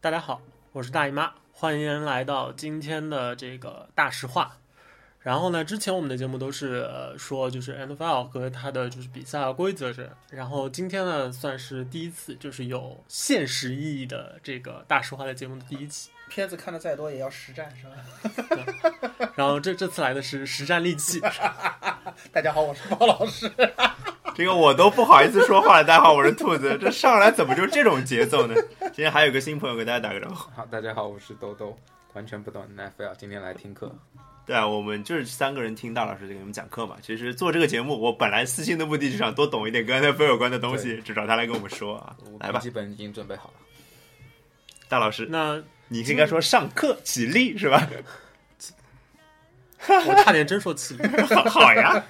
大家好，我是大姨妈，欢迎来到今天的这个大实话。然后呢，之前我们的节目都是、呃说就是 NFL 和它的就是比赛啊规则是，然后今天呢算是第一次就是有现实意义的这个大实话的节目的第一期。片子看的再多也要实战，是吧？ 然后这这次来的是实战利器，大家好，我是包老师。这个我都不好意思说话了。大家好，我是兔子。 这上来怎么就这种节奏呢？今天还有个新朋友给大家打个招呼。好，大家好，我是兜兜，完全不懂 NFL，今天来听课。对啊，我们就是三个人听大老师给你们讲课嘛。其实做这个节目，我本来私心的目的就想多懂一点跟 NFL 有关的东西，只找他来跟我们说啊。来我吧基，本已经准备好了。大老师，那你应该说上课起立是吧？ 我差点真说起立。好好呀，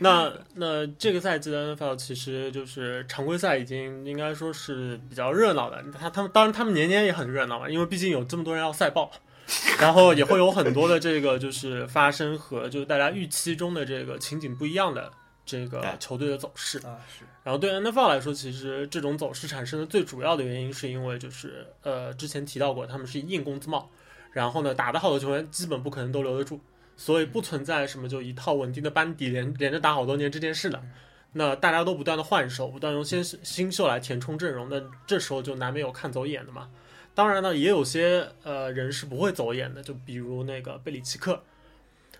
那那这个赛季的 NFL 其实就是常规赛已经应该说是比较热闹的，他他们当然他们年年也很热闹嘛，因为毕竟有这么多人要赛报，然后也会有很多的这个就是发生和就是大家预期中的这个情景不一样的这个对球队的走势。啊，是然后对 NFL 来说，其实这种走势产生的最主要的原因是因为就是呃之前提到过，他们是硬工自贸，然后呢打得好的球员基本不可能都留得住，所以不存在什么就一套稳定的班底连连着打好多年这件事的。嗯那大家都不断的换手，不断用新新秀来填充阵容，那这时候就难免有看走眼的嘛。当然呢，也有些呃人是不会走眼的，就比如那个贝里奇克，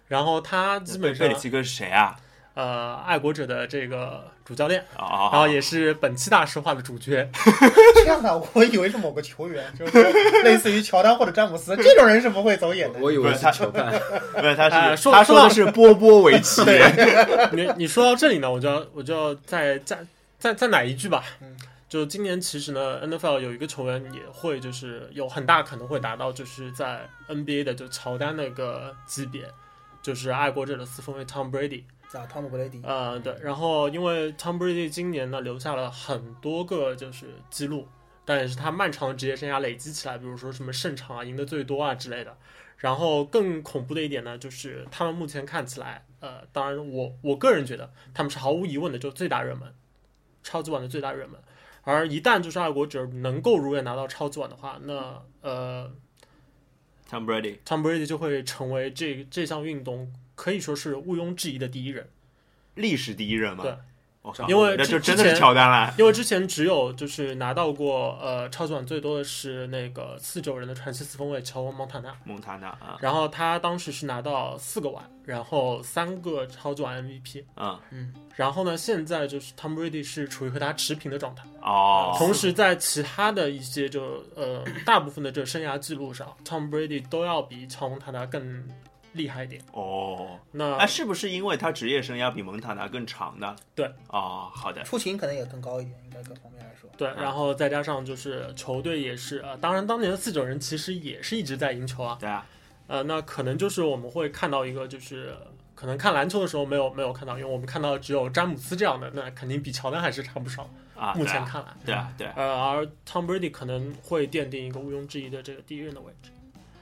然后他基本上嗯贝里奇哥是谁啊？呃爱国者的这个主教练。哦，然后也是本期大实话的主角， 这样的，我以为是某个球员，就是类似于乔丹或者詹姆斯这种人是不会走眼的。我以为是球探，不是，他哎是说他说说到的是波波维奇。你你说到这里呢，我就要我就要再再再再奶一句吧。嗯就今年其实呢，NFL 有一个球员也会就是有很大可能会达到就是在 NBA 的就乔丹那个级别，就是爱国者的四分卫 Tom Brady。啊，汤姆布雷迪，呃，对，然后因为 Tom Brady 今年呢留下了很多个就是记录，但也是他漫长的职业生涯累积起来，比如说什么胜场啊、赢得最多啊之类的。然后更恐怖的一点呢，就是他们目前看起来，呃，当然我我个人觉得他们是毫无疑问的就最大热门，超级碗的最大热门。而一旦就是爱国者能够如愿拿到超级碗的话，那呃 Tom Brady， ，Tom Brady 就会成为这这项运动可以说是毋庸置疑的第一人。历史第一人嘛对。我靠，因为那就之真的之是前乔丹了。因为之前只有就是拿到过呃超级碗最多的是那个四九人的传奇四分卫乔文蒙塔纳，蒙塔纳啊，然后他当时是拿到四个碗，然后三个超级碗 MVP，嗯，然后呢现在就是 Tom Brady 是处于和他持平的状态，哦，同时在其他的一些就呃大部分的这生涯记录上，Tom Brady 都要比乔蒙塔纳更厉害一点。哦，那那是不是因为他职业生涯比蒙塔纳更长呢？对，哦，好的，出勤可能也更高一点，应该各方面来说。对，然后再加上就是球队也是呃，当然当年的四九人其实也是一直在赢球啊，对啊，呃，那可能就是我们会看到一个，就是可能看篮球的时候没有没有看到，因为我们看到只有詹姆斯这样的，那肯定比乔丹还是差不少。啊，目前对啊看来，对啊，对啊，呃，而 Tom Brady 可能会奠定一个毋庸置疑的这个第一人的位置。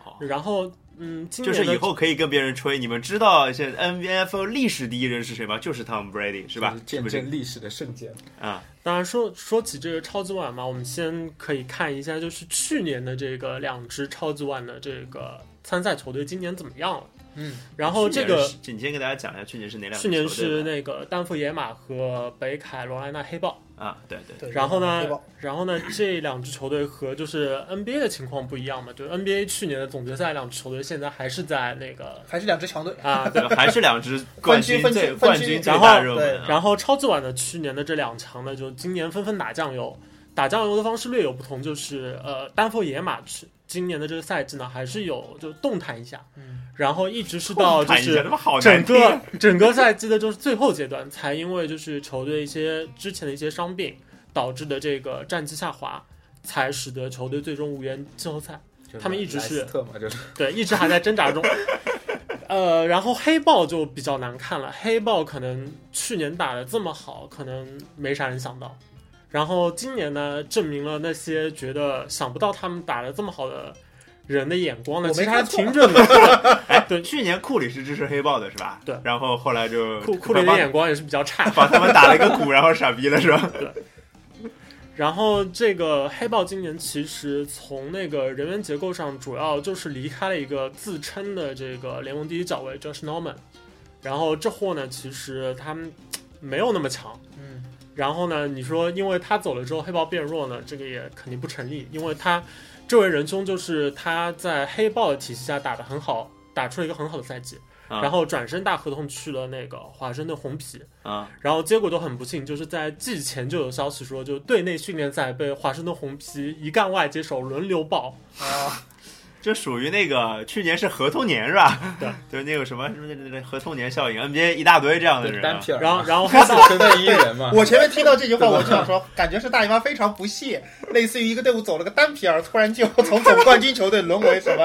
哦然后，嗯，今就年是的以后可以跟别人吹，你们知道现在 NFL 历史第一人是谁吗？就是 Tom Brady，是吧就？见不是证历史的瞬间。啊，当然说说起这个超级碗嘛，我们先可以看一下，就是去年的这个两支超级碗的这个参赛球队今年怎么样了。嗯，然后哦这个去年是你先给大家讲一下去年是哪两个去年球队是吧那个丹佛野马和北卡罗来纳黑豹。啊，对对，对。然后呢黑豹，然后呢，这两支球队和就是 NBA 的情况不一样嘛，就 NBA 去年的总决赛，两支球队现在还是在那个还是两支强队，啊，对。对还是两支冠军分区最分区冠军最然大后热门啊，然后超级碗的去年的这两强呢，就今年纷纷打酱油，打酱油的方式略有不同，就是呃，丹佛野马去今年的这个赛季呢，还是有就动弹一下，嗯，然后一直是到就看一下是他们好难整听个 整个赛季的就是最后阶段，才因为就是球队一些之前的一些伤病导致的这个战绩下滑，才使得球队最终无缘季后赛。就是他们一直是莱斯特嘛，就是对，一直还在挣扎中。 呃，然后黑豹就比较难看了，黑豹可能去年打的这么好，可能没啥人想到。然后今年呢，证明了那些觉得想不到他们打的这么好的人的眼光呢，我其没实还看错挺准的。 哎去年库里是支持黑豹的是吧？对然后后来就库库里的把眼光也是比较差。 把他们打了个鼓，然后傻逼了是吧？然后这个黑豹今年其实从那个人员结构上，主要就是离开了一个自称的这个联盟第一角卫 Josh Norman，然后这货呢，其实他们没有那么强。嗯，然后呢，你说因为他走了之后黑豹变弱呢，这个也肯定不成立，因为他这位仁兄就是他在黑豹的体系下打得很好，打出了一个很好的赛季，啊然后转身大合同去了那个华盛顿红皮，啊然后结果都很不幸，就是在季前就有消息说，就队内训练赛被华盛顿红皮一干外接手轮流爆，啊，这属于那个去年是合同年是吧？ 对，就是那个什么什么那那合同年效应，NBA 一大堆这样的人单啊，片儿然后嘛，然后黑 豹针对一人嘛， 我前面听到这句话，我就想说，感觉是大姨妈非常不屑，类似于一个队伍走了个单皮儿，突然就 从总冠军球队沦为什么，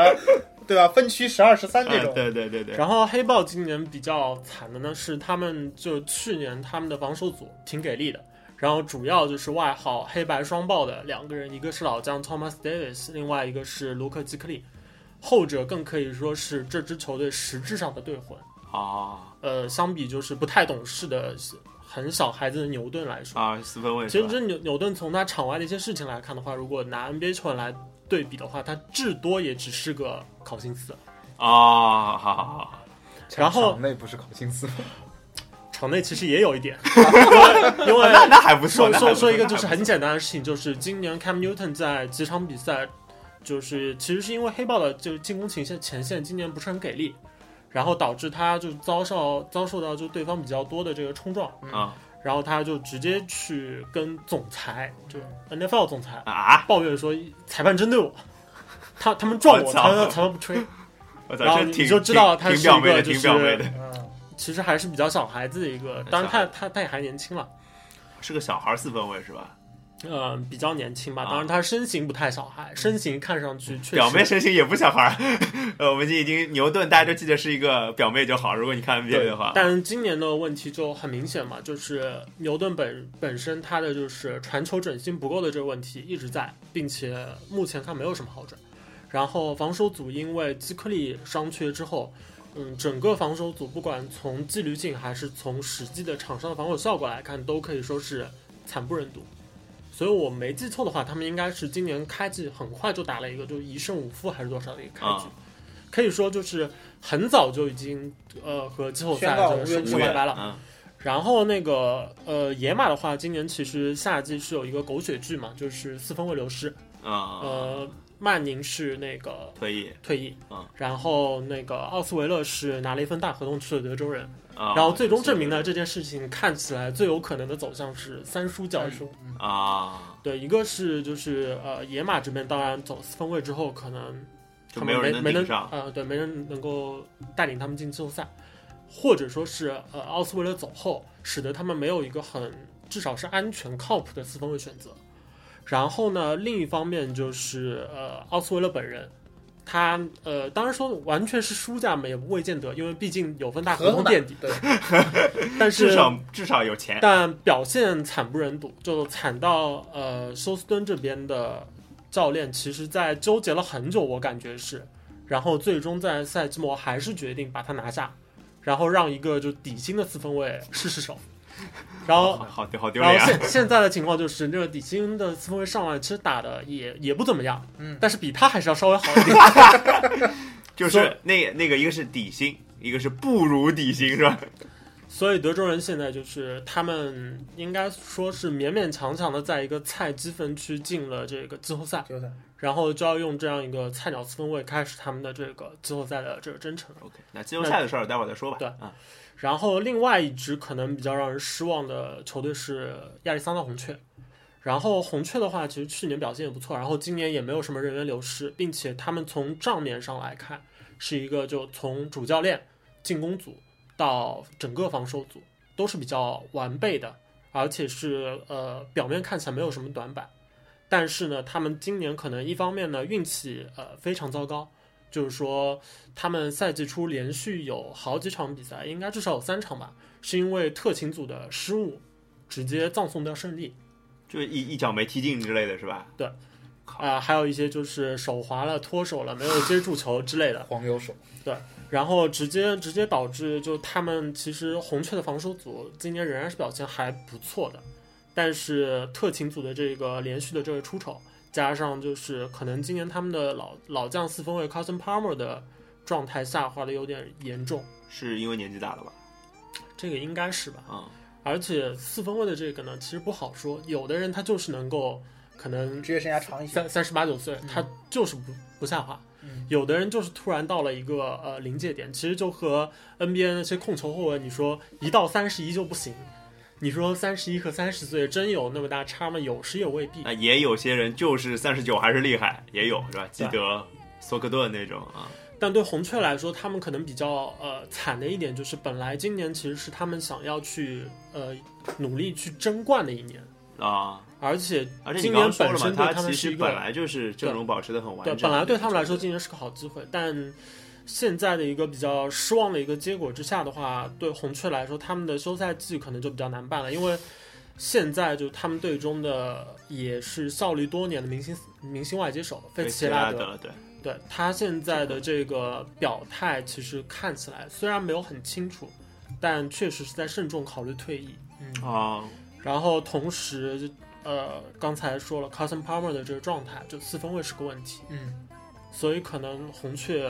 对吧？分区十二、十三这嗯种， 对对对对，然后黑豹今年比较惨的呢是，他们就去年他们的防守组挺给力的，然后主要就是外号黑白双豹的两个人，一个是老将 Thomas Davis，另外一个是卢克基克利，后者更可以说是这支球队实质上的队魂。啊呃，相比就是不太懂事的很小孩子的牛顿来说，啊四分卫其实是吧，这牛牛顿从他场外的一些事情来看的话，如果拿 NBA 球员来对比的话，他至多也只是个考辛斯。啊，好好好，然后场内不是考辛斯吗，场内其实也有一点， 因为因为那那还不错，说那还说不说一个错就是那还不很简单的事情，就是今年 Cam Newton 在几场比赛，就是其实是因为黑豹的就是进攻前线前线今年不是很给力，然后导致他就遭受遭受到就对方比较多的这个冲撞，错啊然后他就直接去跟总裁就 NFL 总裁啊！抱怨说裁判针对我， 他他们撞我我，操裁判裁判不吹，我操，然后这你挺就知道挺他挺是表一妹的，个挺就表是妹的，嗯，其实还是比较小孩子的一个，当然他他他也还年轻了。是个小孩儿四分卫是吧？呃，比较年轻吧，啊嗯当然他身形不太小孩，身形看上去确实表妹身形也不小孩儿， 呃，我们已经牛顿大家就记得是一个表妹就好。如果你看 NBA 对的话，但今年的问题就很明显嘛，就是牛顿本本身他的就是传球准心不够的这个问题一直在，并且目前看没有什么好转。然后防守组因为基克利伤缺之后，嗯，整个防守组不管从纪律性还是从实际的场上的防守效果来看，都可以说是惨不忍睹。所以我没记错的话，他们应该是今年开季很快就打了一个就一胜五负还是多少的一个开局，啊可以说就是很早就已经呃和季后赛宣告这个无缘说之说无拜缘拜了。嗯然后那个呃野马的话，今年其实夏季是有一个狗血剧嘛，就是四分卫流失，嗯，呃曼宁是那个退役退役啊，然后那个奥斯维勒是拿了一份大合同去了德州人，啊，然后最终证明呢这件事情看起来最有可能的走向是三叔教授。啊，对，一个是就是呃野马这边当然走四分卫之后可能就他没们有人没顶能上呃，对，没人能够带领他们进季后赛，或者说是呃，奥斯维勒走后，使得他们没有一个很至少是安全靠谱的四分卫选择。然后呢，另一方面就是呃，奥斯维勒本人，他呃，当然说完全是输家嘛，也未见得，因为毕竟有份大合合同同垫底，对， 但是至少至少有钱但表现惨不忍睹，就惨到呃休斯顿这边的教练，其实在纠结了很久，我感觉是，然后最终在赛季末还是决定把他拿下，然后让一个就底薪的四分 卫试试手，然好后。好丢好丢然后脸啊！现现在的情况就是，这个底薪的四分卫上来其实打的也也不怎么样，嗯但是比他还是要稍微好一点。就是那那个一个是底薪，一个是不如底薪是吧？所以德州人现在就是他们应该说是勉勉强强的在一个菜鸡分区进了这个季后赛，就是然后就要用这样一个菜鸟四分卫开始他们的这个季后赛的这个征程。 OK，那季后赛的事儿待会儿再说吧。对啊，然后另外一支可能比较让人失望的球队是亚利桑那红雀。然后红雀的话，其实去年表现也不错，然后今年也没有什么人员流失，并且他们从账面上来看，是一个就从主教练、进攻组到整个防守组都是比较完备的，而且是呃表面看起来没有什么短板。但是呢，他们今年可能一方面呢运气呃非常糟糕，就是说他们赛季初连续有好几场比赛，应该至少有三场吧，是因为特勤组的失误，直接葬送掉胜利。就一一脚没踢进之类的是吧？好啊、还有一些就是手滑了、脱手了、没有接住球之类的。黄油手，然后直接直接导致就他们其实红雀的防守组今年仍然是表现还不错的，但是特勤组的这个连续的这个出手，加上就是可能今年他们的老老将四分卫 Carson Palmer 的状态下滑的有点严重，是因为年纪大了吧？这个应该是吧？啊、而且四分卫的这个呢，其实不好说，有的人他就是能够可能职业生涯长一些，三三十八九岁，嗯他就是不不下滑。嗯有的人就是突然到了一个呃临界点，其实就和 NBA 那些控球后卫，你说一到三十一就不行，你说三十一和三十岁真有那么大差吗？有时也未必。那也有些人就是三十九还是厉害，也有是吧？基德、索克顿那种啊，但对红雀来说，他们可能比较呃惨的一点就是，本来今年其实是他们想要去呃努力去争冠的一年，啊，而且而且你今刚年刚说了本嘛身，对他他们其是实一个本来就是阵容保持的很完对整，本来对他们来说今年是个好机会，但现在的一个比较失望的一个结果之下的话，对红雀来说，他们的休赛季可能就比较难办了，因为现在就他们队中的也是效力多年的明星明星外接手费被奇切拉拉德，德对，对他现在的这个表态，其实看起来虽然没有很清楚，但确实是在慎重考虑退役。嗯，啊，然后同时，呃，刚才说了 Carson Palmer 的这个状态，就四分卫是个问题，嗯，所以可能红雀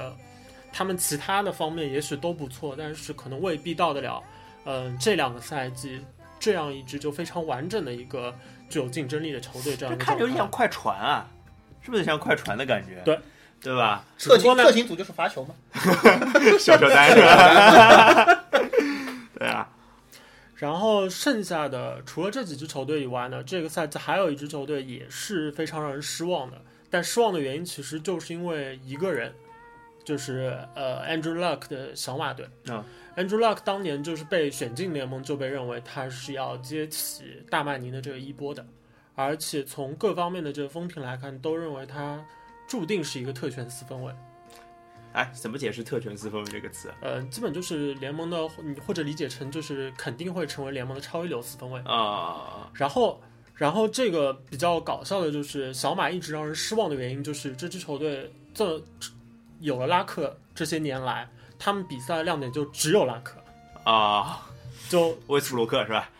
他们其他的方面也许都不错，但是可能未必到得了，嗯、这两个赛季这样一支就非常完整的一个具有竞争力的球队这样这一个看着有点状像态。快船啊，是不是像快船的感觉？对，对吧？只特不勤过呢特，勤组就是罚球嘛， 小乔丹是吧？对啊，然后剩下的除了这几支球队以外呢，这个赛季还有一支球队也是非常让人失望的。但失望的原因其实就是因为一个人，就是呃 Andrew Luck 的小马队。啊 Andrew Luck 当年就是被选进联盟就被认为他是要接起大曼尼的这个衣钵的，而且从各方面的这个风评来看，都认为他注定是一个特权四分卫。哎，怎么解释“特权四分卫”这个词呃，基本就是联盟的，你或者理解成就是肯定会成为联盟的超一流四分卫。啊？然后，然后这个比较搞笑的就是小马一直让人失望的原因，就是这支球队这有了拉克这些年来，他们比赛的亮点就只有拉克，啊，就威斯布鲁克是吧？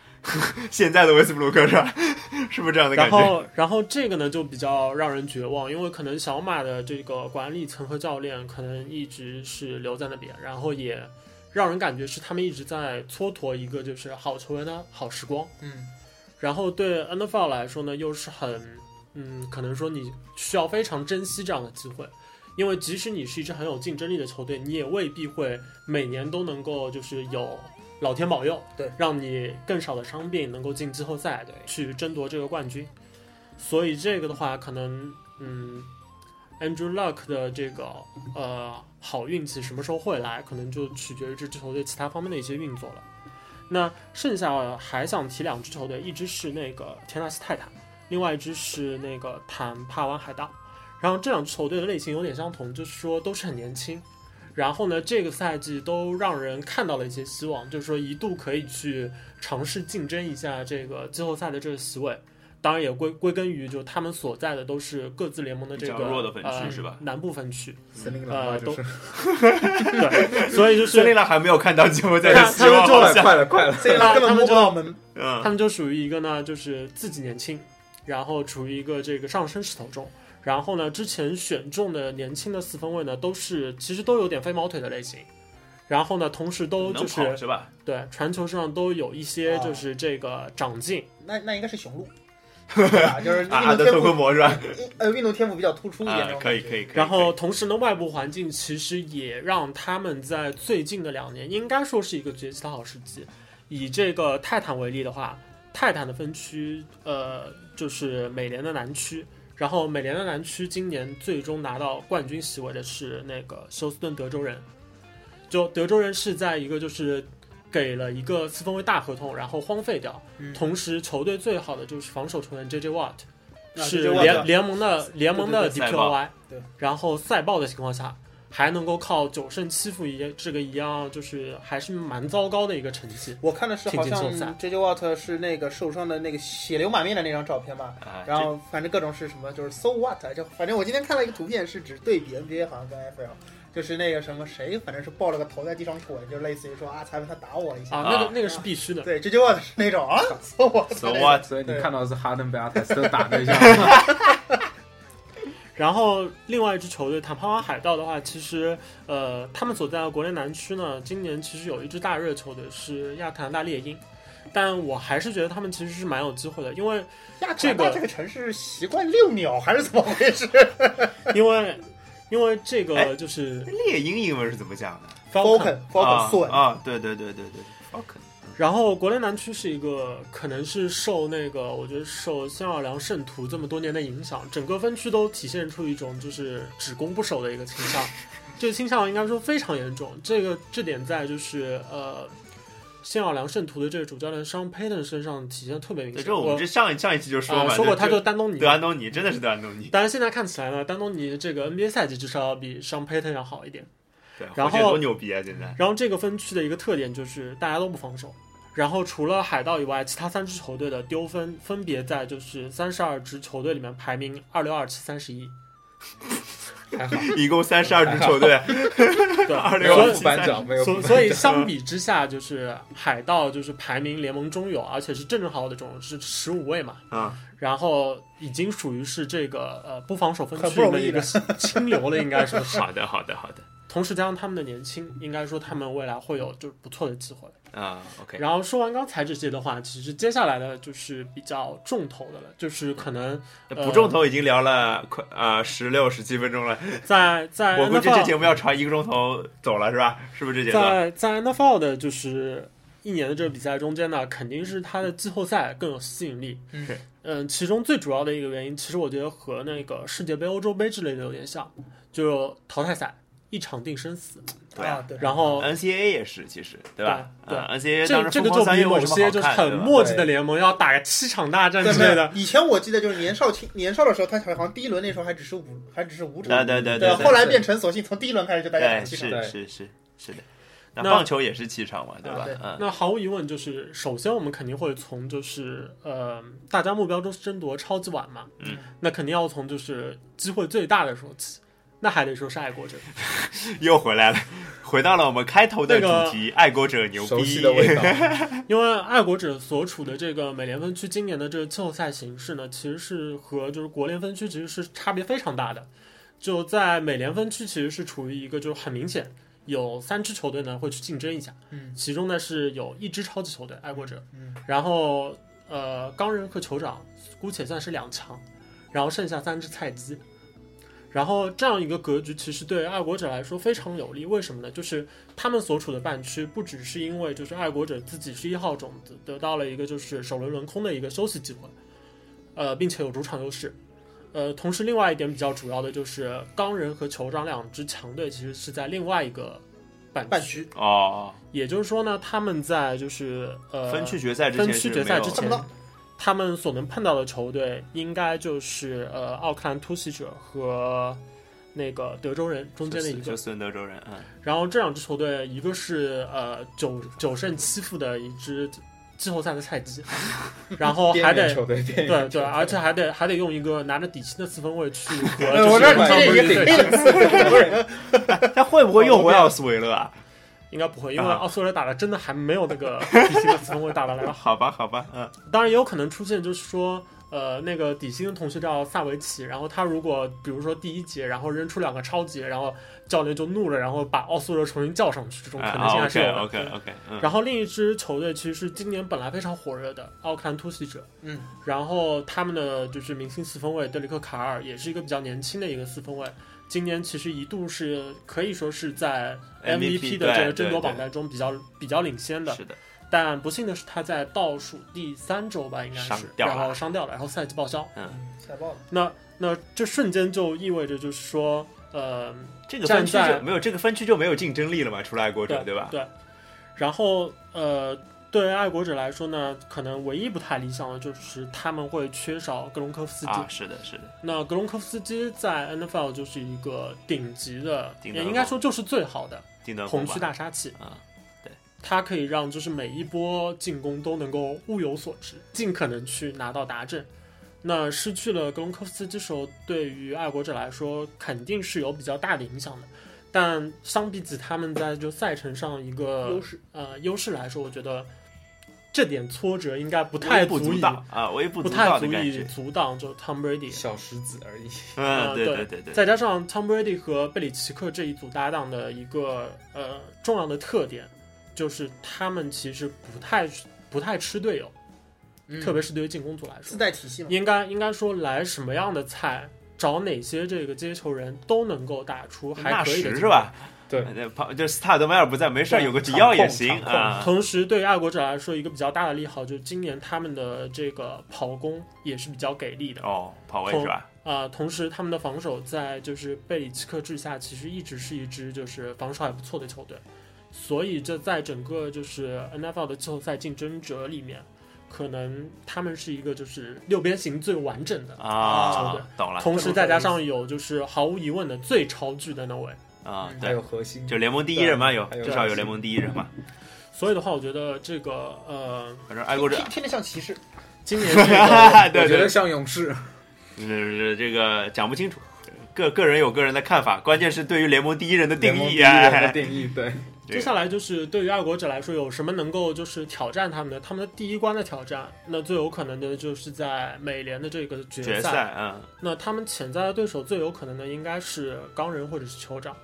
现在的威斯布鲁克是吧？ 是不是这样的感然觉？后然后这个呢就比较让人绝望，因为可能小马的这个管理层和教练可能一直是留在那边，然后也让人感觉是他们一直在蹉跎一个就是好球员的好时光。嗯， 然后对 NFL 来说呢，又是很，嗯，可能说你需要非常珍惜这样的机会，因为即使你是一支很有竞争力的球队，你也未必会每年都能够就是有老天保佑，对，让你更少的伤病能够进季后赛，对去争夺这个冠军。所以这个的话，可能，嗯，Andrew Luck 的这个呃好运气什么时候会来，可能就取决于这支球队其他方面的一些运作了。那剩下还想提两支球队，一支是那个田纳西泰坦，另外一支是那个坦帕湾海盗。然后这两支球队的类型有点相同，就是说都是很年轻。然后呢，这个赛季都让人看到了一些希望，就是说一度可以去尝试竞争一下这个季后赛的这个席位。当然也归归根于就他们所在的都是各自联盟的这比个较弱的分区呃是吧南部分区，森林狼嘛呃嘛，就是对，所以就是 孙琳娜还没有看到季后赛对的啊希望，他们好快了像快了快了，这 个根他本们摸就不到门，嗯他们就属于一个呢，就是自己年轻，然后处于一个这个上升势头中。然后呢，之前选中的年轻的四分卫呢，都是其实都有点飞毛腿的类型。然后呢，同时都能就是跑是吧？对传球上都有一些啊就是这个长进。那那应该是雄 鹿，对吧就是运啊，阿动德天托昆赋，博是吧？呃，运动天赋比较突出一点啊那，种感觉，可以可以可以。然后同时呢，外部环境其实也让他们在最近的两年，应该说是一个崛起的好时机。以这个泰坦为例的话，泰坦的分区，呃，就是美联的南区。然后美联的南区今年最终拿到冠军席位的是那个休斯顿德州人，就德州人是在一个就是给了一个四分卫大合同，然后荒废掉，嗯同时球队最好的就是防守球员 J J Watt，啊是 JJ Watt 联联盟的联盟的对对对赛报 DPOY，对，然后赛报的情况下，还能够靠九胜七负一这个一样，就是还是蛮糟糕的一个成绩。我看的是好像挺进球赛 J J Watt 是那个受伤的那个血流满面的那张照片吧，啊，然后反正各种是什么就是 so what，就反正我今天看了一个图片是只对比 NBA 好像跟 NFL，就是那个什么谁，反正是抱了个头在地上滚，就类似于说啊，裁判他打我一下。啊，那个那个是必须的，对，这就我是那种啊，操我操 So what？所以你对看到的是哈登被阿泰斯特打了一下，然后另外一支球队坦帕湾海盗的话，其实呃，他们所在的国内南区呢，今年其实有一支大热球队是亚特兰大猎鹰，但我还是觉得他们其实是蛮有机会的，因为亚特这兰大个这个城市习惯遛鸟还是怎么回 事因为因为这哎个就是猎鹰英文是怎么讲的？ Falcon， ？Falcon 啊损，啊，对对对对对，Falcon。然后国内南区是一个可能是受那个我觉得受新奥尔良圣徒这么多年的影响，整个分区都体现出一种就是只攻不守的一个倾向，这个倾向应该说非常严重。这个这点在就是呃。新奥尔良圣徒的这个主教练商佩顿身上体现得特别明对，显。这我们这上一上一期就说啊嘛，说过，就他就是丹东尼德。安东尼，真的是德安东尼。当然，现在看起来呢，丹东尼这个 NBA 赛季至少要比商佩顿要好一点。对，然后火箭多牛逼啊！现在然后这个分区的一个特点就是大家都不防守，然后除了海盗以外，其他三支球队的丢分分别在就是三十二支球队里面排名二六、二七、三十一。还好，一共三十二支 球队， 对， 26没有所以 副班长，没有所所以相嗯比之下，就是海盗就是排名联盟中游，而且是正正好好的中游，是十五位嘛。嗯。然后已经属于是这个呃不防守分很区不里容面易一个的清流了，应该说是。好的，好的，好的。同时加上他们的年轻，应该说他们未来会有就是不错的机会。啊，OK，然后说完刚才这些的话，其实接下来的就是比较重头的了，就是可能呃不重头已经聊了快呃十六十七分钟了，在在 我估计这节 NFL 目要长一个钟头走了是吧？是不是这节奏？在在 NFL 的就是一年的这个比赛中间呢，肯定是它的季后赛更有吸引力。嗯嗯，其中最主要的一个原因，其实我觉得和那个世界杯、欧洲杯之类的有点像，就淘汰赛一场定生死。对啊，对，然后 NCAA 也是，其实对吧？对啊，NCAA 当这时这个疯就狂三比月为某什么些好就是看很对吧墨迹的联盟要打个七场大战对之类对的，，以前我记得就是年少轻年少的时候，他好像第一轮那时候还只是五，还只是五场，对对对对对后来变成索性从第一轮开始就大家打对，七哎场，是对是是是的。那那棒球也是七场嘛，对吧啊对？嗯，那毫无疑问，就是首先我们肯定会从就是呃大家目标中争夺超级碗嘛，嗯，那肯定要从就是机会最大的说起，那还得说是爱国者，又回来了，回到了我们开头的那个主题——爱国者牛熟悉逼的味道，因为爱国者所处的这个美联分区今年的这个季后赛形式呢，其实是和就是国联分区其实是差别非常大的，就在美联分区其实是处于一个就是很明显。有三支球队呢会去竞争一下，嗯其中呢是有一支超级球队爱国者，嗯，然后呃，钢人和酋长姑且算是两强，然后剩下三只菜鸡。然后这样一个格局，其实对爱国者来说非常有利。为什么呢？就是他们所处的半区，不只是因为就是爱国者自己是一号种子，得到了一个就是首轮轮空的一个休息机会，呃，并且有主场优势。呃，同时另外一点比较主要的就是钢人和酋长两支强队其实是在另外一个半区，半区哦。也就是说呢，他们在就是呃分区决赛之前分是啊区决赛之看前不到，他们所能碰到的球队应该就是呃奥克兰突袭者和那个德州人中间的一就个。孙德州人， 嗯，然后这两支球队，一个是呃九九胜七负的一支季后赛的菜鸡，然后还边缘得球队，边对缘球对，队而且还得还得用一个拿着底薪的四分卫去和哎 就我是让你上这分已经队黑了四个人，他会不会又回奥斯维勒啊？应该不会，因为啊奥斯维尔打的真的还没有那个底薪的四分卫打的来得好。好吧，好吧，嗯，当然也有可能出现，就是说，呃，那个底薪的同学叫萨维奇，然后他如果比如说第一节，然后扔出两个超级，然后教练就怒了，然后把奥苏热重新叫上去，这种可能性还是有的。啊 OK OK，嗯，然后另一支球队其实是今年本来非常火热的奥克兰突袭者，嗯，然后他们的就是明星四分卫德里克卡尔也是一个比较年轻的一个四分卫，今年其实一度是可以说是在 MVP 的这对个争夺对榜单中比较比较领先的，是的，但不幸的是，他在倒数第三周吧，应该伤是，掉了然后伤掉了，然后赛季报销。嗯踩爆了，那那这瞬间就意味着就是说，呃，这个分区站就在没有这个分区就没有竞争力了嘛，除了爱国者，对吧？对，然后呃，对爱国者来说呢，可能唯一不太理想的就是他们会缺少格隆科夫斯基。啊，是的，是的，那格隆科夫斯基在 NFL 就是一个顶级的，顶也端应该说就是最好的丁德红红区大杀器。啊，它可以让就是每一波进攻都能够物有所值，尽可能去拿到达阵。那失去了格隆科夫斯基时候，对于爱国者来说肯定是有比较大的影响的。但相比起他们在就赛程上一个优势呃优势来说，我觉得这点挫折应该不太不足足以道啊，微不不足太道的足感以觉。阻挡就 Tom Brady。小石子而已。嗯，呃对对对对，再加上 Tom Brady 和贝里奇克这一组搭档的一个呃重要的特点，就是他们其实不太不太吃队友，嗯特别是对于进攻组来说自，带体系嘛。应该应该说来什么样的菜，找哪些这个接球人都能够打出还纳可以的什进是攻？吧？对那旁就是斯塔德迈尔不在，没事儿对有个迪奥也控行场控啊。同时，对于爱国者来说，一个比较大的利好就是今年他们的这个跑攻也是比较给力的。哦，跑位同是吧？啊、同时他们的防守在就是贝里奇克治下，其实一直是一支就是防守还不错的球队，所以这在整个就是 NFL 的季后赛竞争者里面，可能他们是一个就是六边形最完整的，啊球队，懂了同时再加上有就是毫无疑问的最超巨的那位，啊，还对有，核心，就联盟第一人嘛，有还有至少有联盟第一人嘛。嗯所以的话，我觉得这个呃，反正爱国者听听着像骑士，今 年这 个啊，对我觉对得，像勇士。是这个讲不清楚，个个人有个人的看法，关键是对于联盟第一人的定联盟第一义人的啊。定义，对，接下来就是对于爱国者来说，有什么能够就是挑战他们的？他们的第一关的挑战，那最有可能的就是在美联的这个决赛，嗯，那他们潜在的对手最有可能的应该是钢人或者是酋长。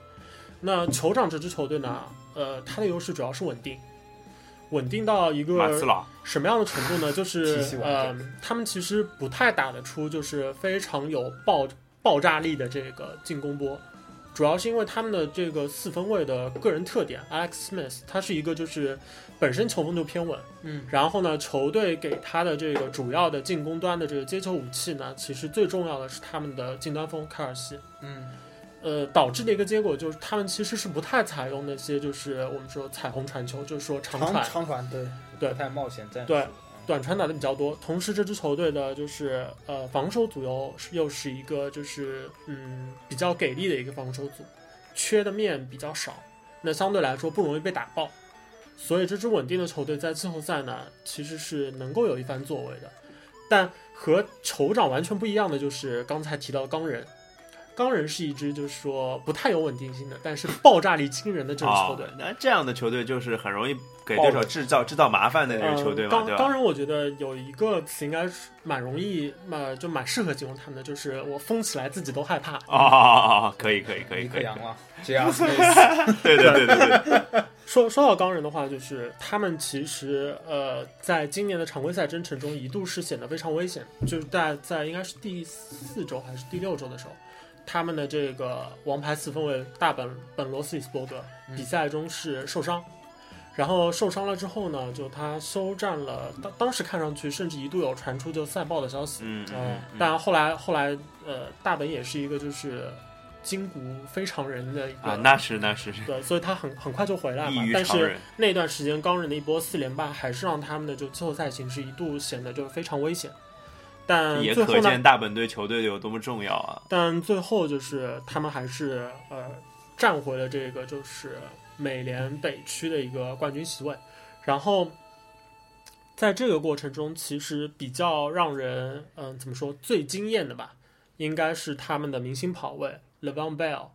那酋长这支球队呢，呃，它的优势主要是稳定，稳定到一马斯个朗，什么样的程度呢？就体是系完呃，他们其实不太打得出就是非常有爆爆炸力的这个进攻波，主要是因为他们的这个四分卫的个人特点，Alex Smith，他是一个就是本身球风就偏稳，嗯，然后呢，球队给他的这个主要的进攻端的这个接球武器呢，其实最重要的是他们的近端锋凯尔西。嗯，呃，导致的一个结果就是他们其实是不太采用那些就是我们说彩虹传球，就是说长长传、长传对对不太冒险嗯战术，对短传打的比较多。同时，这支球队的就是呃防守组又是又是一个就是嗯比较给力的一个防守组，缺的面比较少，那相对来说不容易被打爆。所以这支稳定的球队在季后赛呢，其实是能够有一番作为的。但和酋长完全不一样的就是刚才提到的钢人，钢人是一支就是说不太有稳定性的，但是爆炸力惊人的这支球哦队。，那这样的球队就是很容易给对手制造制造麻烦的那种球嗯队嘛，当对当吧？然，我觉得有一个词应该是蛮容易，蛮就蛮适合形容他们的，就是我疯起来自己都害怕。哦哦哦哦，可以可以可以尼可克以，杨了，这样 Smith 对对对对对， 说说到钢人的话，就是他们其实呃，在今年的常规赛征程中一度是显得非常危险，就是在在应该是第四周还是第六周的时候，他们的这个王牌四分卫大本本罗斯里斯伯格嗯比赛中是受伤，然后受伤了之后呢，就他休战了，当当时看上去甚至一度有传出就赛报的消息，嗯，嗯嗯嗯但后来后来呃，大本也是一个就是筋骨非常人的一个啊，那是那是对，所以他很很快就回来异嘛。于但常是人，那段时间钢人的一波四连败，还是让他们的就季后赛形势一度显得就是非常危险。但也嗯最可后见呢？大本对球队有多么重要啊！但最后就是他们还是呃站回了这个就是美联北区的一个冠军席位。然后在这个过程中，其实比较让人嗯、怎么说最惊艳的吧，应该是他们的明星跑位 LeBron Bell。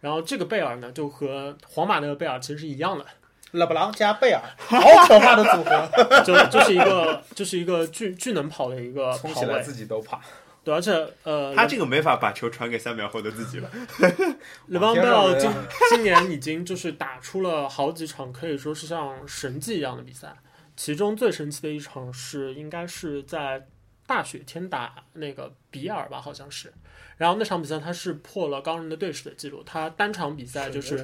然后这个贝尔呢，就和皇马那个贝尔其实是一样的，勒布朗加贝尔，好可怕的组合。就就是一个就是一个巨巨能跑的一个冲跑起来位，自己都怕。对，而且呃，他这个没法把球传给三秒后的自己了。勒邦贝天尔上今人啊今年已经就是打出了好几场可以说是像神迹一样的比赛，其中最神奇的一场是应该是在大雪天打那个比尔吧，好像是。然后那场比赛他是破了钢人的队史的记录，他单场比赛就是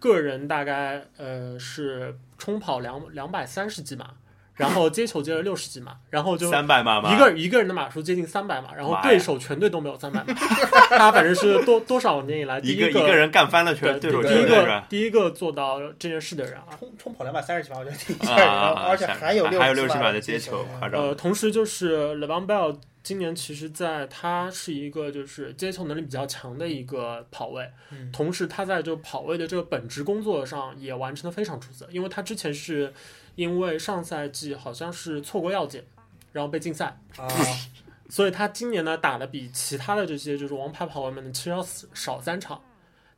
个人大概呃是冲跑两两百三十几码，然后接球接了六十几码，然后就三百码吗？一个一个人的码数接近三百码，然后妈呀对手全队都没有三百码， 他反正是多多少年以来第 一个个个人干翻了对全对手第球第一队是个吧？第一个做到这件事的人啊。冲冲跑两百三十几码，我觉得挺吓人的，啊，而且还有还还有六十十码码的接球，啊夸张呃，。同时就是 LeBron Bell 今年其实在他是一个就是接球能力比较强的一个跑位，嗯同时他在这个跑位的这个本职工作上也完成的非常出色，因为他之前是因为上赛季好像是错过药检，然后被禁赛，啊，所以他今年呢打的比其他的这些就是王牌跑位们的其实要少三场，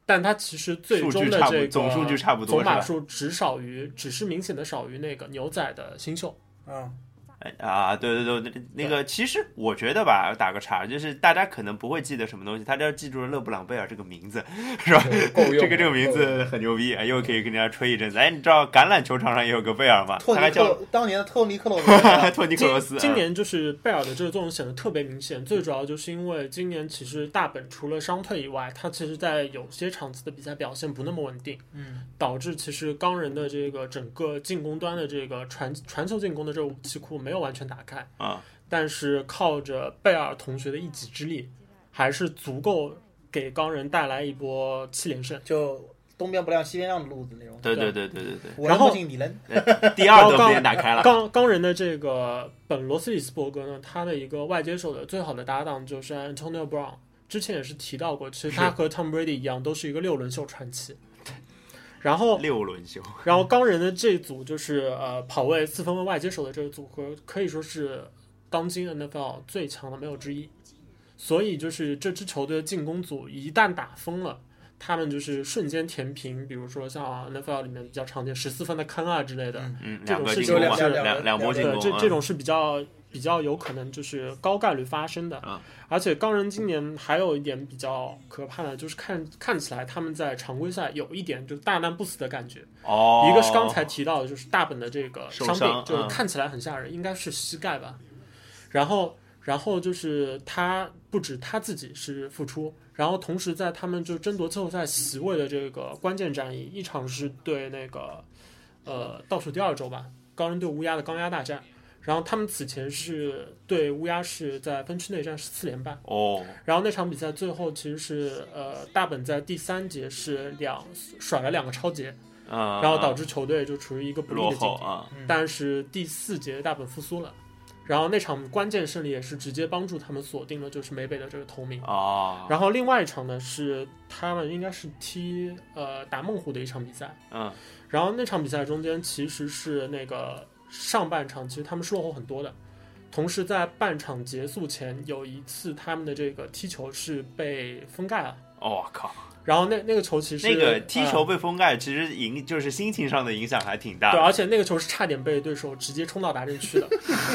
但它其实最数终据的差不这个总数据差不多总码是吧数只少于，只是明显的少于那个牛仔的新秀。 嗯，哎啊，对对对，那那个其实我觉得吧，打个岔，就是大家可能不会记得什么东西，大家记住了勒布朗贝尔这个名字，哎是吧？够用这个这个名字很牛逼，哎，又可以跟人家吹一阵子。哎，你知道橄榄球场上也有个贝尔吗？托他还尼叫克当年的托尼克罗斯 托尼克今罗斯。今啊年就是贝尔的这个作用显得特别明显，最主要就是因为今年其实大本除了伤退以外，他其实在有些场次的比赛表现不那么稳定，嗯，导致其实钢人的这个整个进攻端的这个传传球进攻的这个武器库没有完全打开，啊，但是靠着贝尔同学的一己之力，还是足够给钢人带来一波七连胜。就东边不亮西边亮的路子那种。嗯对对对对对我然后能不进你能，对，第二个被人打开了。钢钢人的这个本罗斯里斯伯格呢，他的一个外接手的最好的搭档就是 Antonio Brown。之前也是提到过，其实他和 Tom Brady 一样，都是一个六轮秀传奇。然后，六轮秀，然后钢人的这组就是呃跑位四分卫外接手的这个组合，可以说是当今 NFL 最强的没有之一。所以就是这支球队的进攻组一旦打疯了，他们就是瞬间填平，比如说像 NFL 里面比较常见十四分的坑啊之类的，嗯嗯，这两种个事进情攻嘛，两两两两波进对，攻，这啊这种是比较比较有可能就是高概率发生的。啊而且钢人今年还有一点比较可怕的，就是看看起来他们在常规赛有一点就是大难不死的感觉。哦，一个是刚才提到的，就是大本的这个受伤病，伤就是嗯看起来很吓人，应该是膝盖吧。然后，然后就是他不止他自己是复出，然后同时在他们就争夺季后赛席位的这个关键战役，一场是对那个呃倒数第二周吧，高人对乌鸦的高压大战。然后他们此前是对乌鸦是在分区内战是四连败，哦，然后那场比赛最后其实是呃大本在第三节是两甩了两个超节，嗯，然后导致致球队就处于一个不利落的境后地。啊，嗯但是第四节大本复苏了，然后那场关键胜利也是直接帮助他们锁定了就是美北的这个头名。哦，然后另外一场呢是他们应该是踢呃打孟虎的一场比赛，嗯然后那场比赛中间其实是那个上半场其实他们是落后很多的，同时在半场结束前有一次他们的这个踢球是被封盖了，哦我靠，然后那那个球其实那个踢呃球被封盖，其实影就是心情上的影响还挺大对，的。而且那个球是差点被对手直接冲到达阵区的，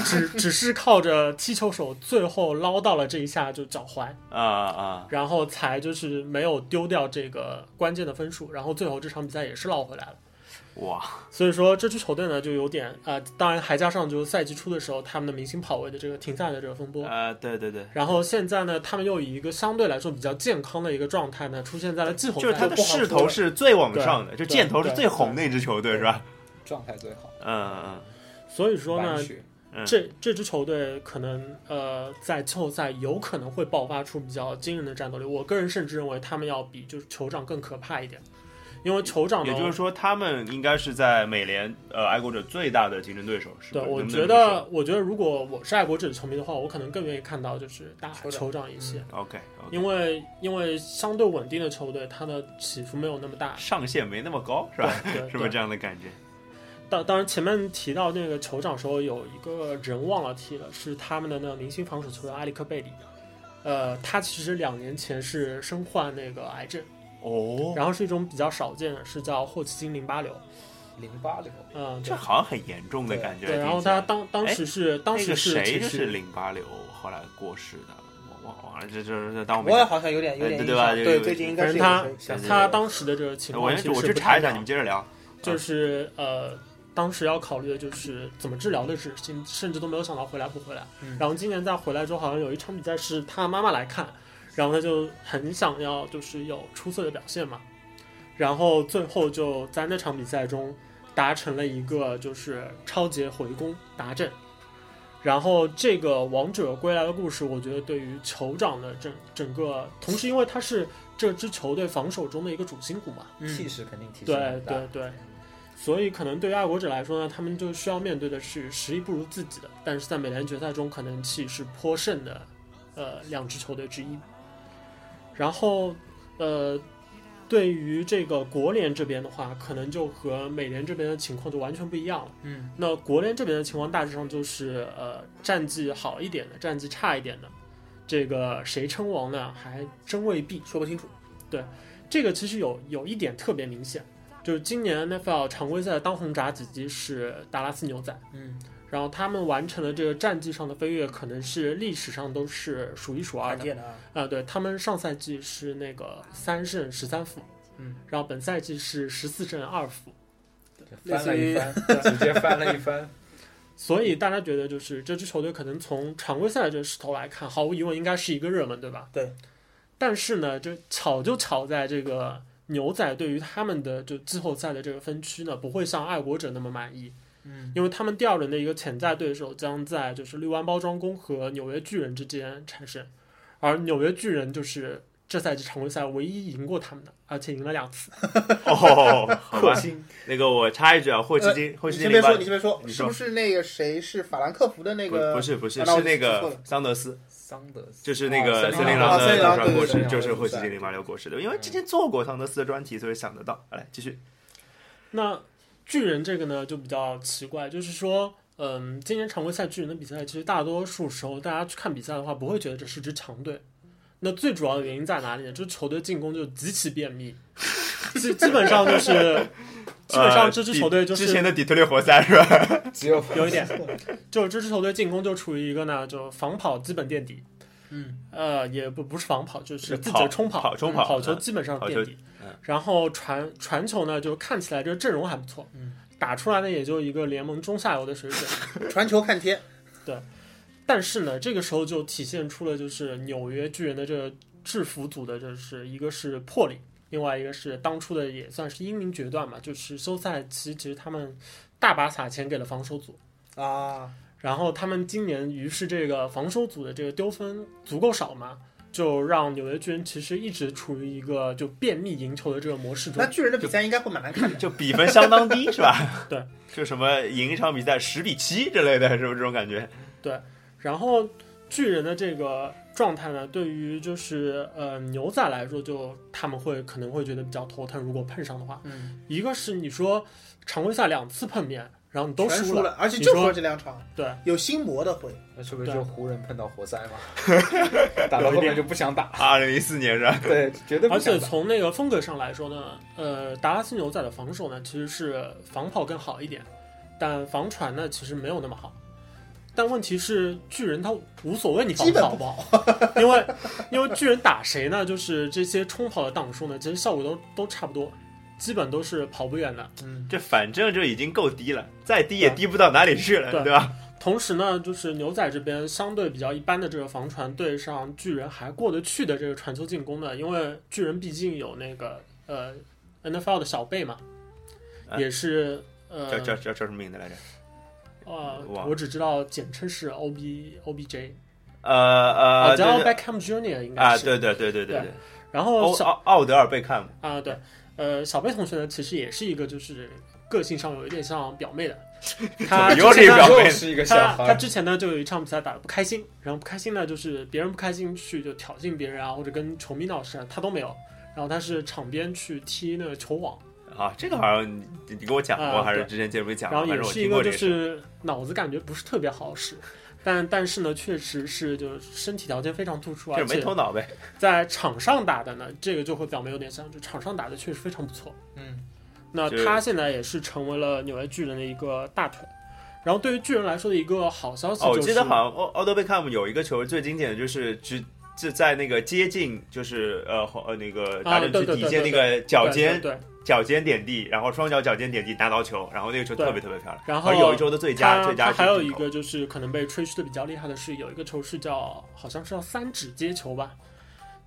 只只是靠着踢球手最后捞到了这一下就脚踝，啊啊，然后才就是没有丢掉这个关键的分数，然后最后这场比赛也是捞回来了。哇，所以说这支球队呢就有点啊、呃当然还加上就是赛季初的时候他们的明星跑位的这个停赛的这个风波。呃，对对对，然后现在呢，他们又以一个相对来说比较健康的一个状态呢，出现在了季后赛。就是他的不好势说头了是最往上的，就对箭头是最红的对一支球队，对是吧？状态最好，嗯所以说呢完，血嗯嗯，这这支球队可能呃在季后赛有可能会爆发出比较惊人的战斗力。我个人甚至认为他们要比就是酋长更可怕一点，因为酋长呢，也就是说，他们应该是在美联呃爱国者最大的竞争对手，是吧？对我能不能觉这么说得，我觉得如果我是爱国者的球迷的话，我可能更愿意看到就是打酋长酋长一些，嗯，OK，因为因为相对稳定的球队，它的起伏没有那么大，上限没那么高，是对吧？对 是不对。是这样的感觉？当当然前面提到那个酋长时候，有一个人忘了提了，是他们的那个明星防守球员埃里克贝里。呃，他其实两年前是身患那个癌症，哦，然后是一种比较少见的，是叫霍奇金淋巴瘤。零八零，嗯，这对好像很严重的感觉。对。然后听起来他当当时是当哎那时个谁其就是实淋巴瘤后来过世的，我我忘了，这这这当我没我也讲。好像有点有点哎印对吧象，有对，有最近应该是反有正想起来他了当时的这个情我况其先实我是去不查太一下，你好们接着聊。就是呃，当时要考虑的就是怎么治疗的事情，甚至都没有想到回来不回来。嗯然后今年再回来之后，好像有一场比赛是他妈妈来看，然后他就很想要就是有出色的表现嘛，然后最后就在那场比赛中达成了一个就是超节回攻达阵。然后这个王者归来的故事，我觉得对于酋长的整整个，同时因为他是这支球队防守中的一个主心骨嘛，嗯气势肯定提升对很大对对，所以可能对于爱国者来说呢，他们就需要面对的是实力不如自己的，但是在美联决赛中可能气势颇盛的，呃，两支球队之一。然后，呃，对于这个国联这边的话，可能就和美联这边的情况就完全不一样了。嗯，那国联这边的情况大致上就是，呃，战绩好一点的，战绩差一点的，这个谁称王呢？还真未必。说不清楚，这个其实有有一点特别明显，就是今年 NFL 常规赛的当红炸子鸡是达拉斯牛仔，嗯，然后他们完成了这个战绩上的飞跃，可能是历史上都是数一数二罕的。见的啊，啊、对他们上赛季是那个三胜十三负，嗯，然后本赛季是十四胜二负，类翻似了一于番，直接翻了一番。所以大家觉得就是这支球队可能从常规赛的这个势头来看，毫无疑问应该是一个热门，对吧？对。但是呢，就巧就巧在这个牛仔对于他们的就季后赛的这个分区呢，不会像爱国者那么满意，嗯，因为他们第二轮的一个潜在对手将在就是绿湾包装工和纽约巨人之间产生，而纽约巨人就是这赛季常规赛唯一赢过他们的，而且赢了两次。哦，好吧克，星那个我插一句啊，霍奇金，霍你奇先金别说，领班你先别说，你是说不是那个谁是法兰克福的那个？不不是不是啊那我是那记错个了桑德斯，桑德斯，就是那个哦森森林林狼狼的哦流森林传狼果实，对就是森林霍狼奇金零八六果实的，因为嗯之前做过桑德斯的专题，所以想得到。好来继续，那巨人这个呢就比较奇怪，就是说，嗯，今年常规赛巨人的比赛，其实大多数时候大家去看比赛的话，不会觉得这是支强队。那最主要的原因在哪里呢？就是球队进攻就极其便秘，基基本上就是，基本上这支球队就呃之前是的底特律活塞是吧？只有有一点，就是这支球队进攻就处于一个呢，就防跑基本垫底，嗯，呃，也不不是防跑，就是自己跑的冲跑，跑冲嗯跑跑球嗯基本上跑垫球底嗯。然后传传球呢，就看起来这个阵容还不错，嗯打出来呢也就一个联盟中下游的水准。传球看天，但是呢，这个时候就体现出了就是纽约巨人的这个制服组的，就是一个是魄力，另外一个是当初的也算是英明决断嘛，就是休赛期其实他们大把撒钱给了防守组。啊，然后他们今年于是这个防守组的这个丢分足够少嘛，就让纽约巨人其实一直处于一个就便秘赢球的这个模式中那。巨人的比赛应该会蛮难看的。就比分相当低是吧？对，就什么赢一场比赛十比七之类的，是不是这种感觉？然后巨人的这个状态呢，对于就是呃牛仔来说就，他们会可能会觉得比较头疼，如果碰上的话，嗯，一个是你说常规赛两次碰面，然后你都全输输了，而且就你说说这两场，对，有心魔的会，那是不是对就湖人碰到活塞嘛？打到后面就不想打，二零一四年是吧？对，绝对不而且想打。从那个风格上来说呢，呃，达拉斯牛仔的防守呢其实是防跑更好一点，但防传呢其实没有那么好。但问题是，巨人他无所谓你防基本跑不好， 因为因为巨人打谁呢？就是这些冲跑的档数呢，其实效果都都差不多，基本都是跑不远的。嗯，这反正就已经够低了，再低也低不到哪里去了，对对吧？同时呢，就是牛仔这边相对比较一般的这个防传对上巨人还过得去的这个传球进攻呢，因为巨人毕竟有那个呃 NFL 的小贝嘛，啊也是叫呃叫叫叫什么名字来着？呃忘，了我只知道简称是 OB OBJ，呃呃，啊哦叫对对 Beckham Jr. 应该啊，是。对对对对对对对，然后奥小哦奥奥德尔贝看姆，啊、对，呃，小贝同学呢，其实也是一个就是个性上有一点像表妹的，他又之是一前个呢表妹又是一 个小他孩他儿，之前呢就有一场比赛打得不开心，然后不开心呢就是别人不开心去就挑衅别人啊，或者跟球迷闹事啊，他都没有。然后他是场边去踢那个球网，啊，这个好像你你你跟我讲过，啊还是对之前节目里讲然过，后反也正我是一听个过这就个事。是脑子感觉不是特别好使，但但是呢确实是就是身体条件非常突出，啊就是而没且头脑呗，在场上打的呢，这个就和表妹有点像，就场上打的确实非常不错。嗯，那就是他现在也是成为了纽约巨人的一个大腿。然后对于巨人来说的一个好消息哦，我就是，记得好像奥奥德贝看姆有一个球最经典的就是直就在那个接近就是呃红呃那个大啊阵对区对底对线那对个脚对尖对对脚尖点地，然后双脚脚尖点地拿到球，然后那个球对特别特别漂亮。然后而有一周的最佳他最佳他是还有一进球个就是可能被吹嘘的比较厉害的是，有一个球是叫好像是叫三指接球吧，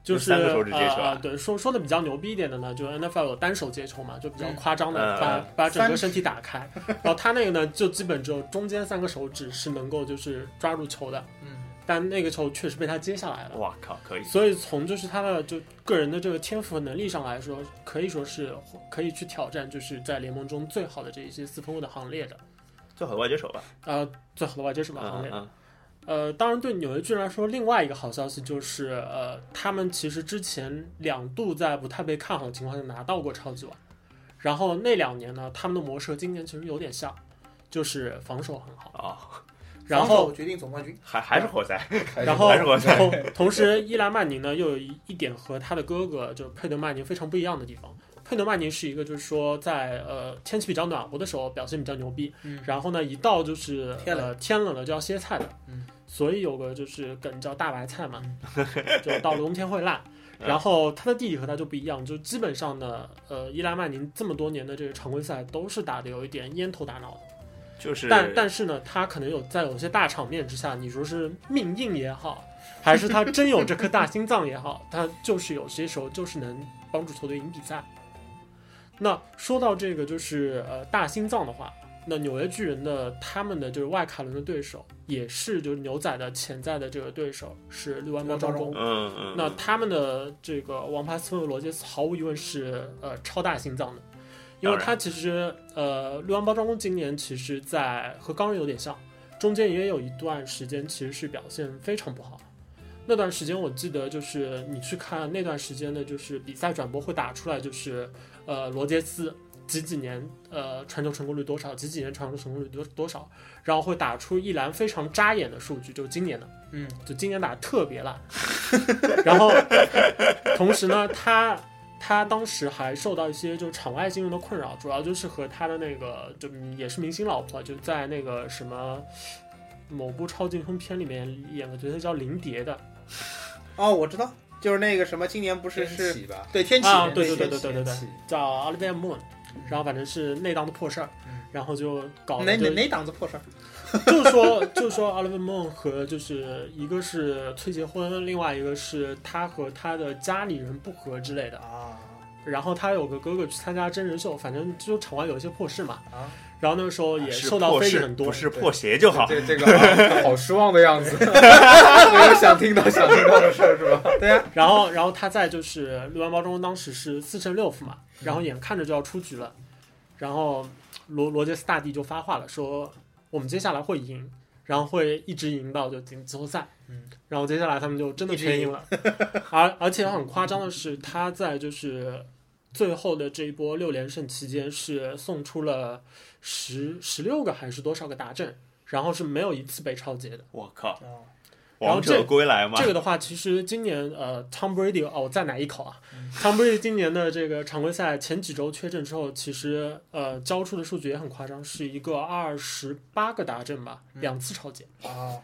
就是三个手指接球啊、啊啊对，说说的比较牛逼一点的呢，就 NFL 有单手接球嘛，就比较嗯夸张的嗯把、嗯把整三个指身体打开，然后他那个呢就基本只有中间三个手指是能够就是抓住球的，嗯，但那个球确实被他接下来了。哇靠，可以！所以从就是他的就个人的这个天赋和能力上来说，可以说是可以去挑战就是在联盟中最好的这一些四分卫的行列的。最好的外接手吧，呃，最好的外接手啊吧行嗯列。嗯，呃，当然对纽约巨人来说，另外一个好消息就是，呃，他们其实之前两度在不太被看好的情况下拿到过超级碗，然后那两年呢，他们的模式和今年其实有点像，就是防守很好，哦，然防后守决定总冠军，还还是活塞，然后还是活塞同同时，伊兰曼宁呢又有一一点和他的哥哥就是佩德曼宁非常不一样的地方。佩德曼宁是一个就是说在呃天气比较暖和的时候表现比较牛逼，嗯然后呢一到就是天冷呃天冷了就要歇菜的，嗯所以有个就是梗叫大白菜嘛，嗯就到了冬天会烂。嗯然后他的弟弟和他就不一样，就基本上呢，呃，伊兰曼宁这么多年的这个常规赛都是打的有一点烟头大脑的。就是但但是呢，他可能有在有些大场面之下，你说是命硬也好，还是他真有这颗大心脏也好，他就是有些时候就是能帮助球队赢比赛。那说到这个就是呃大心脏的话，那纽约巨人的他们的就是外卡伦的对手，也是就是牛仔的潜在的这个对手是绿湾猫招工。嗯嗯，那嗯他们的这个王牌斯文罗杰斯毫无疑问是呃超大心脏的，因为当然他其实呃六万包装工今年其实在和钢人有点像，中间也有一段时间其实是表现非常不好。那段时间我记得就是你去看那段时间的就是比赛转播会打出来就是呃罗杰斯。几几年，呃，传球成功率多少？几几年传球成功率多多少？然后会打出一栏非常扎眼的数据，就是今年的。嗯，就今年打得特别烂。然后，同时呢，他他当时还受到一些就是场外新闻的困扰，主要就是和他的那个就也是明星老婆，就在那个什么某部超级英雄片里面演个角色叫林蝶的哦，我知道，就是那个什么，今年不是天是启吧？对天启啊，人对对对天对启对对对，天启叫 Olivia Moon。然后反正是那档的破事儿嗯，然后就搞哪得就哪哪档子破事儿？就是说，就是说 Oliver Moon 和就是一个是催结婚，另外一个是他和他的家里人不和之类的。啊然后他有个哥哥去参加真人秀，反正就场外有一些破事嘛。啊！然后那个时候也是受到破非议事很多不。是破鞋就好。这 这个、啊、好失望的样 子，没有想听到想听到的事儿是吧？对呀， 然后，然后他在就是六万包中当时是四胜六负嘛，然后眼看着就要出局了，然后罗罗杰斯大帝就发话了，说我们接下来会赢，然后会一直赢到就进季后赛。嗯，然后接下来他们就真的全赢了，而而且很夸张的是，他在就是最后的这一波六连胜期间是送出了十十六个还是多少个达阵，然后是没有一次被超截的。我靠，哦啊然后王者这归来嘛这，个的话，其实今年呃，Tom Brady 哦，我再来一口啊。Tom Brady 今年的这个常规赛前几周缺阵之后，其实呃交出的数据也很夸张，是一个二十八个达阵吧，嗯两次超截。哦，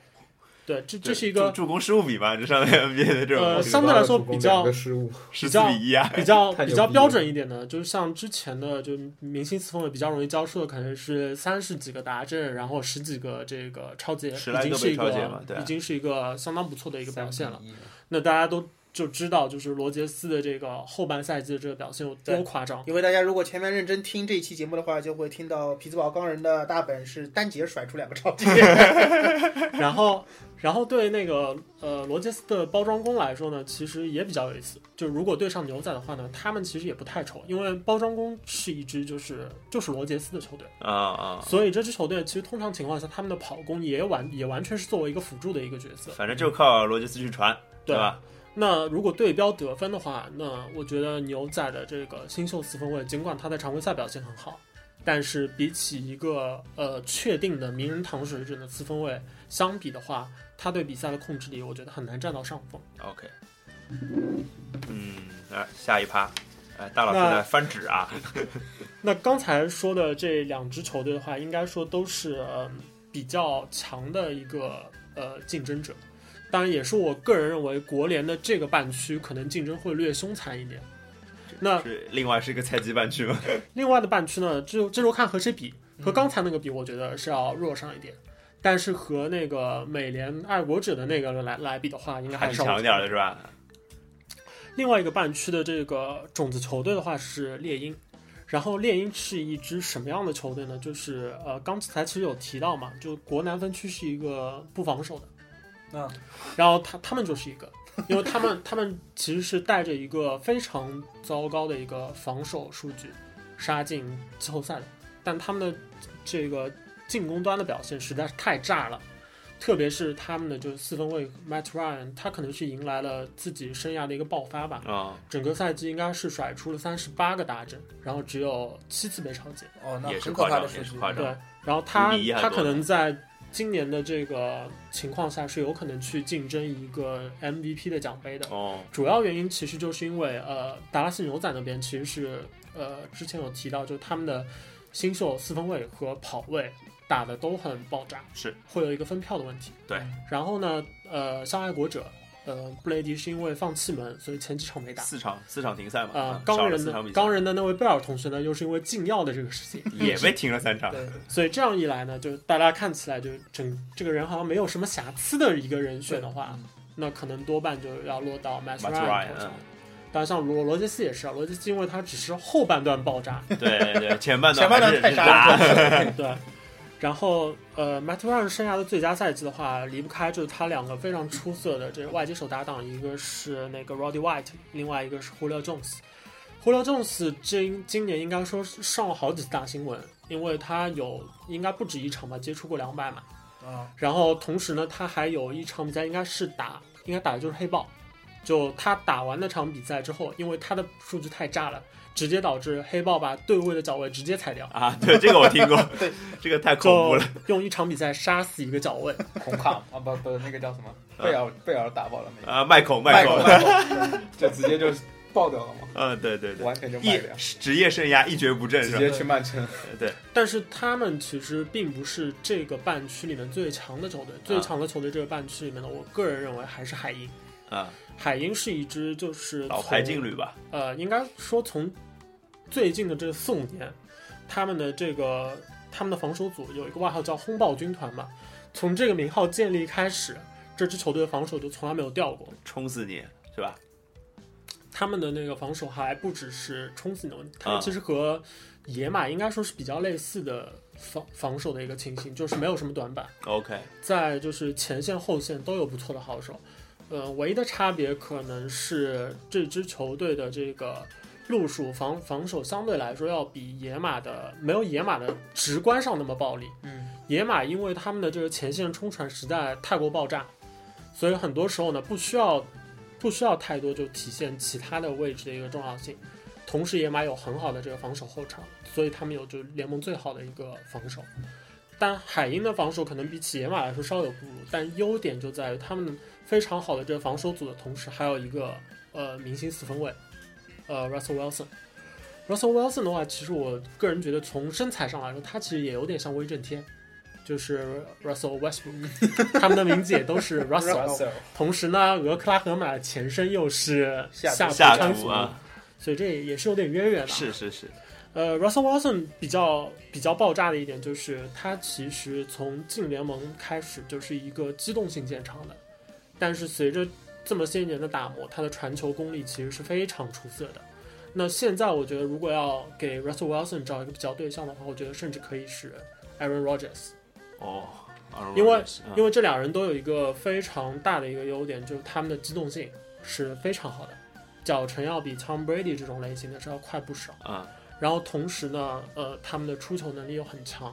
对，这对这是一个助助攻失误比吧，这上面 NBA 的这呃种相对来说比较两个失误，十比四较比一啊，比较太牛逼了比较标准一点的，就是像之前的就明星四分卫比较容易交出的，可能是三十几个达阵，然后十几个这个超截，十来已个经是一被超截嘛对啊已经是一个相当不错的一一个表现了。。那大家都就知道，就是罗杰斯的这个后半赛季的这个表现有多夸张。因为大家如果前面认真听这一期节目的话，就会听到匹兹堡钢人的大本是单节甩出两个超级。然后，然后对那个呃罗杰斯的包装工来说呢，其实也比较有意思。就如果对上牛仔的话呢，他们其实也不太愁，因为包装工是一支就是就是罗杰斯的球队，啊啊，所以这支球队其实通常情况下他们的跑攻也完也完全是作为一个辅助的一个角色。反正就靠罗杰斯去传，对吧？那如果对标得分的话，那我觉得牛仔的这个新秀四分卫，尽管他在常规赛表现很好，但是比起一个呃确定的名人堂水准的四分卫相比的话，他对比赛的控制力，我觉得很难占到上风。 OK，嗯，来下一趴，哎，大老师那在翻纸啊，那刚才说的这两支球队的话，应该说都是、呃、比较强的一个呃竞争者，当然也是我个人认为国联的这个半区可能竞争会略凶残一点。那是另外是一个菜鸡半区吗？另外的半区呢，这这周看和谁比，嗯和刚才那个比，我觉得是要弱上一点。但是和那个美联爱国者的那个来来比的话，应该还还是是要强一点的。是吧？另外一个半区的这个种子球队的话是猎鹰，然后猎鹰是一支什么样的球队呢？就是呃，刚才其实有提到嘛，就国南分区是一个不防守的，嗯，然后他他们就是一个，因为他们他们其实是带着一个非常糟糕的一个防守数据杀进季后赛的，但他们的这个进攻端的表现实在是太炸了。特别是他们的就是四分卫 Matt Ryan，他可能是迎来了自己生涯的一个爆发吧。啊，整个赛季应该是甩出了三十八个达阵，然后只有七次被超截。哦，也是很可夸怕张的数也是据。夸张对，然后他比一还他多可能在今年的这个情况下是有可能去竞争一个 MVP 的奖杯的。哦，主要原因其实就是因为呃，达拉斯牛仔那边其实是呃之前有提到，就他们的新秀四分卫和跑位打的都很爆炸，是会有一个分票的问题。对，然后呢，呃，像爱国者，呃，布雷迪是因为放气门，所以前几场没打。四场四场停赛嘛，呃啊，少钢了人四场比的赛钢人的那位贝尔同学呢，又是因为禁药的这个事 情，也被停了三场，对，所以这样一来呢，就是大家看起来就整这个人好像没有什么瑕疵的一个人选的话，那可能多半就要落到 Matt 嗯 Ryan Matt 头 Ryan，上嗯。当然，像罗罗杰斯也是啊，罗杰斯因为他只是后半段爆炸，对对 对，前半前半还段是太是渣了渣，对。然后，呃，Matt Ryan 生涯的最佳赛季的话，离不开就是他两个非常出色的这个外接手搭档，一个是那个 Roddy White，另外一个是 Julio Jones。Julio Jones 今今年应该说是上了好几次大新闻，因为他有应该不止一场吧，接触过两百码。 啊，然后同时呢，他还有一场比赛应该是打，应该打的就是黑豹。就他打完那场比赛之后，因为他的数据太炸了，直接导致黑豹把对位的脚位直接踩掉。啊！对，这个我听过， 这个太恐怖就了。用一场比赛杀死一个脚位，孔卡啊，不不，那个叫什么贝尔贝尔打爆了没？啊，卖口卖嗯卖口狗，卖狗， 就直接就爆掉了嘛，嗯，对对对，完全就卖一掉，职业生涯一蹶不振直是接吧？去曼城。对，但是他们其实并不是这个半区里面最强的球队，最强的球队这个半区里面呢，我个人认为还是海鹰。啊，海鹰是一支就是老牌从劲旅吧，呃，应该说从最近的这四五年，他们的这个他们的防守组有一个外号叫“轰爆军团”嘛，从这个名号建立开始，这支球队的防守就从来没有掉过。冲死你是吧？他们的那个防守还不只是冲刺能力，他啊们其实和野马应该说是比较类似的防防守的一个情形，就是没有什么短板， OK，在就是前线后线都有不错的好手。呃，唯一的差别可能是这支球队的这个路数防防守相对来说要比野马的没有野马的直观上那么暴力。嗯，野马因为他们的这个前线冲传实在太过爆炸，所以很多时候呢不需要不需要太多就体现其他的位置的一个重要性。同时，野马有很好的这个防守后场，所以他们有就联盟最好的一个防守。但海鹰的防守可能比起野马来说稍有不如，但优点就在于他们非常好的这个防守组的同时，还有一个呃明星四分卫，呃 Russell Wilson。Russell Wilson 的话，其实我个人觉得从身材上来说，他其实也有点像威震天，就是 Russell Westbrook，他们的名字也都是啊 Russell。同时呢，俄克拉荷马的前身又是下下下川图服，啊，所以这也是有点渊源的。是是是，呃，Russell Wilson 比较比较爆炸的一点就是，他其实从进联盟开始就是一个机动性见长的，但是随着这么些年的打磨，他的传球功力其实是非常出色的。那现在我觉得，如果要给 Russell Wilson 找一个比较对象的话，我觉得甚至可以是 Aaron Rodgers，哦，因为 Rodgers，因为这两人都有一个非常大的一个优点，就是他们的机动性是非常好的，脚程要比 Tom Brady 这种类型的是要快不少。嗯，然后同时呢，呃，他们的出球能力又很强。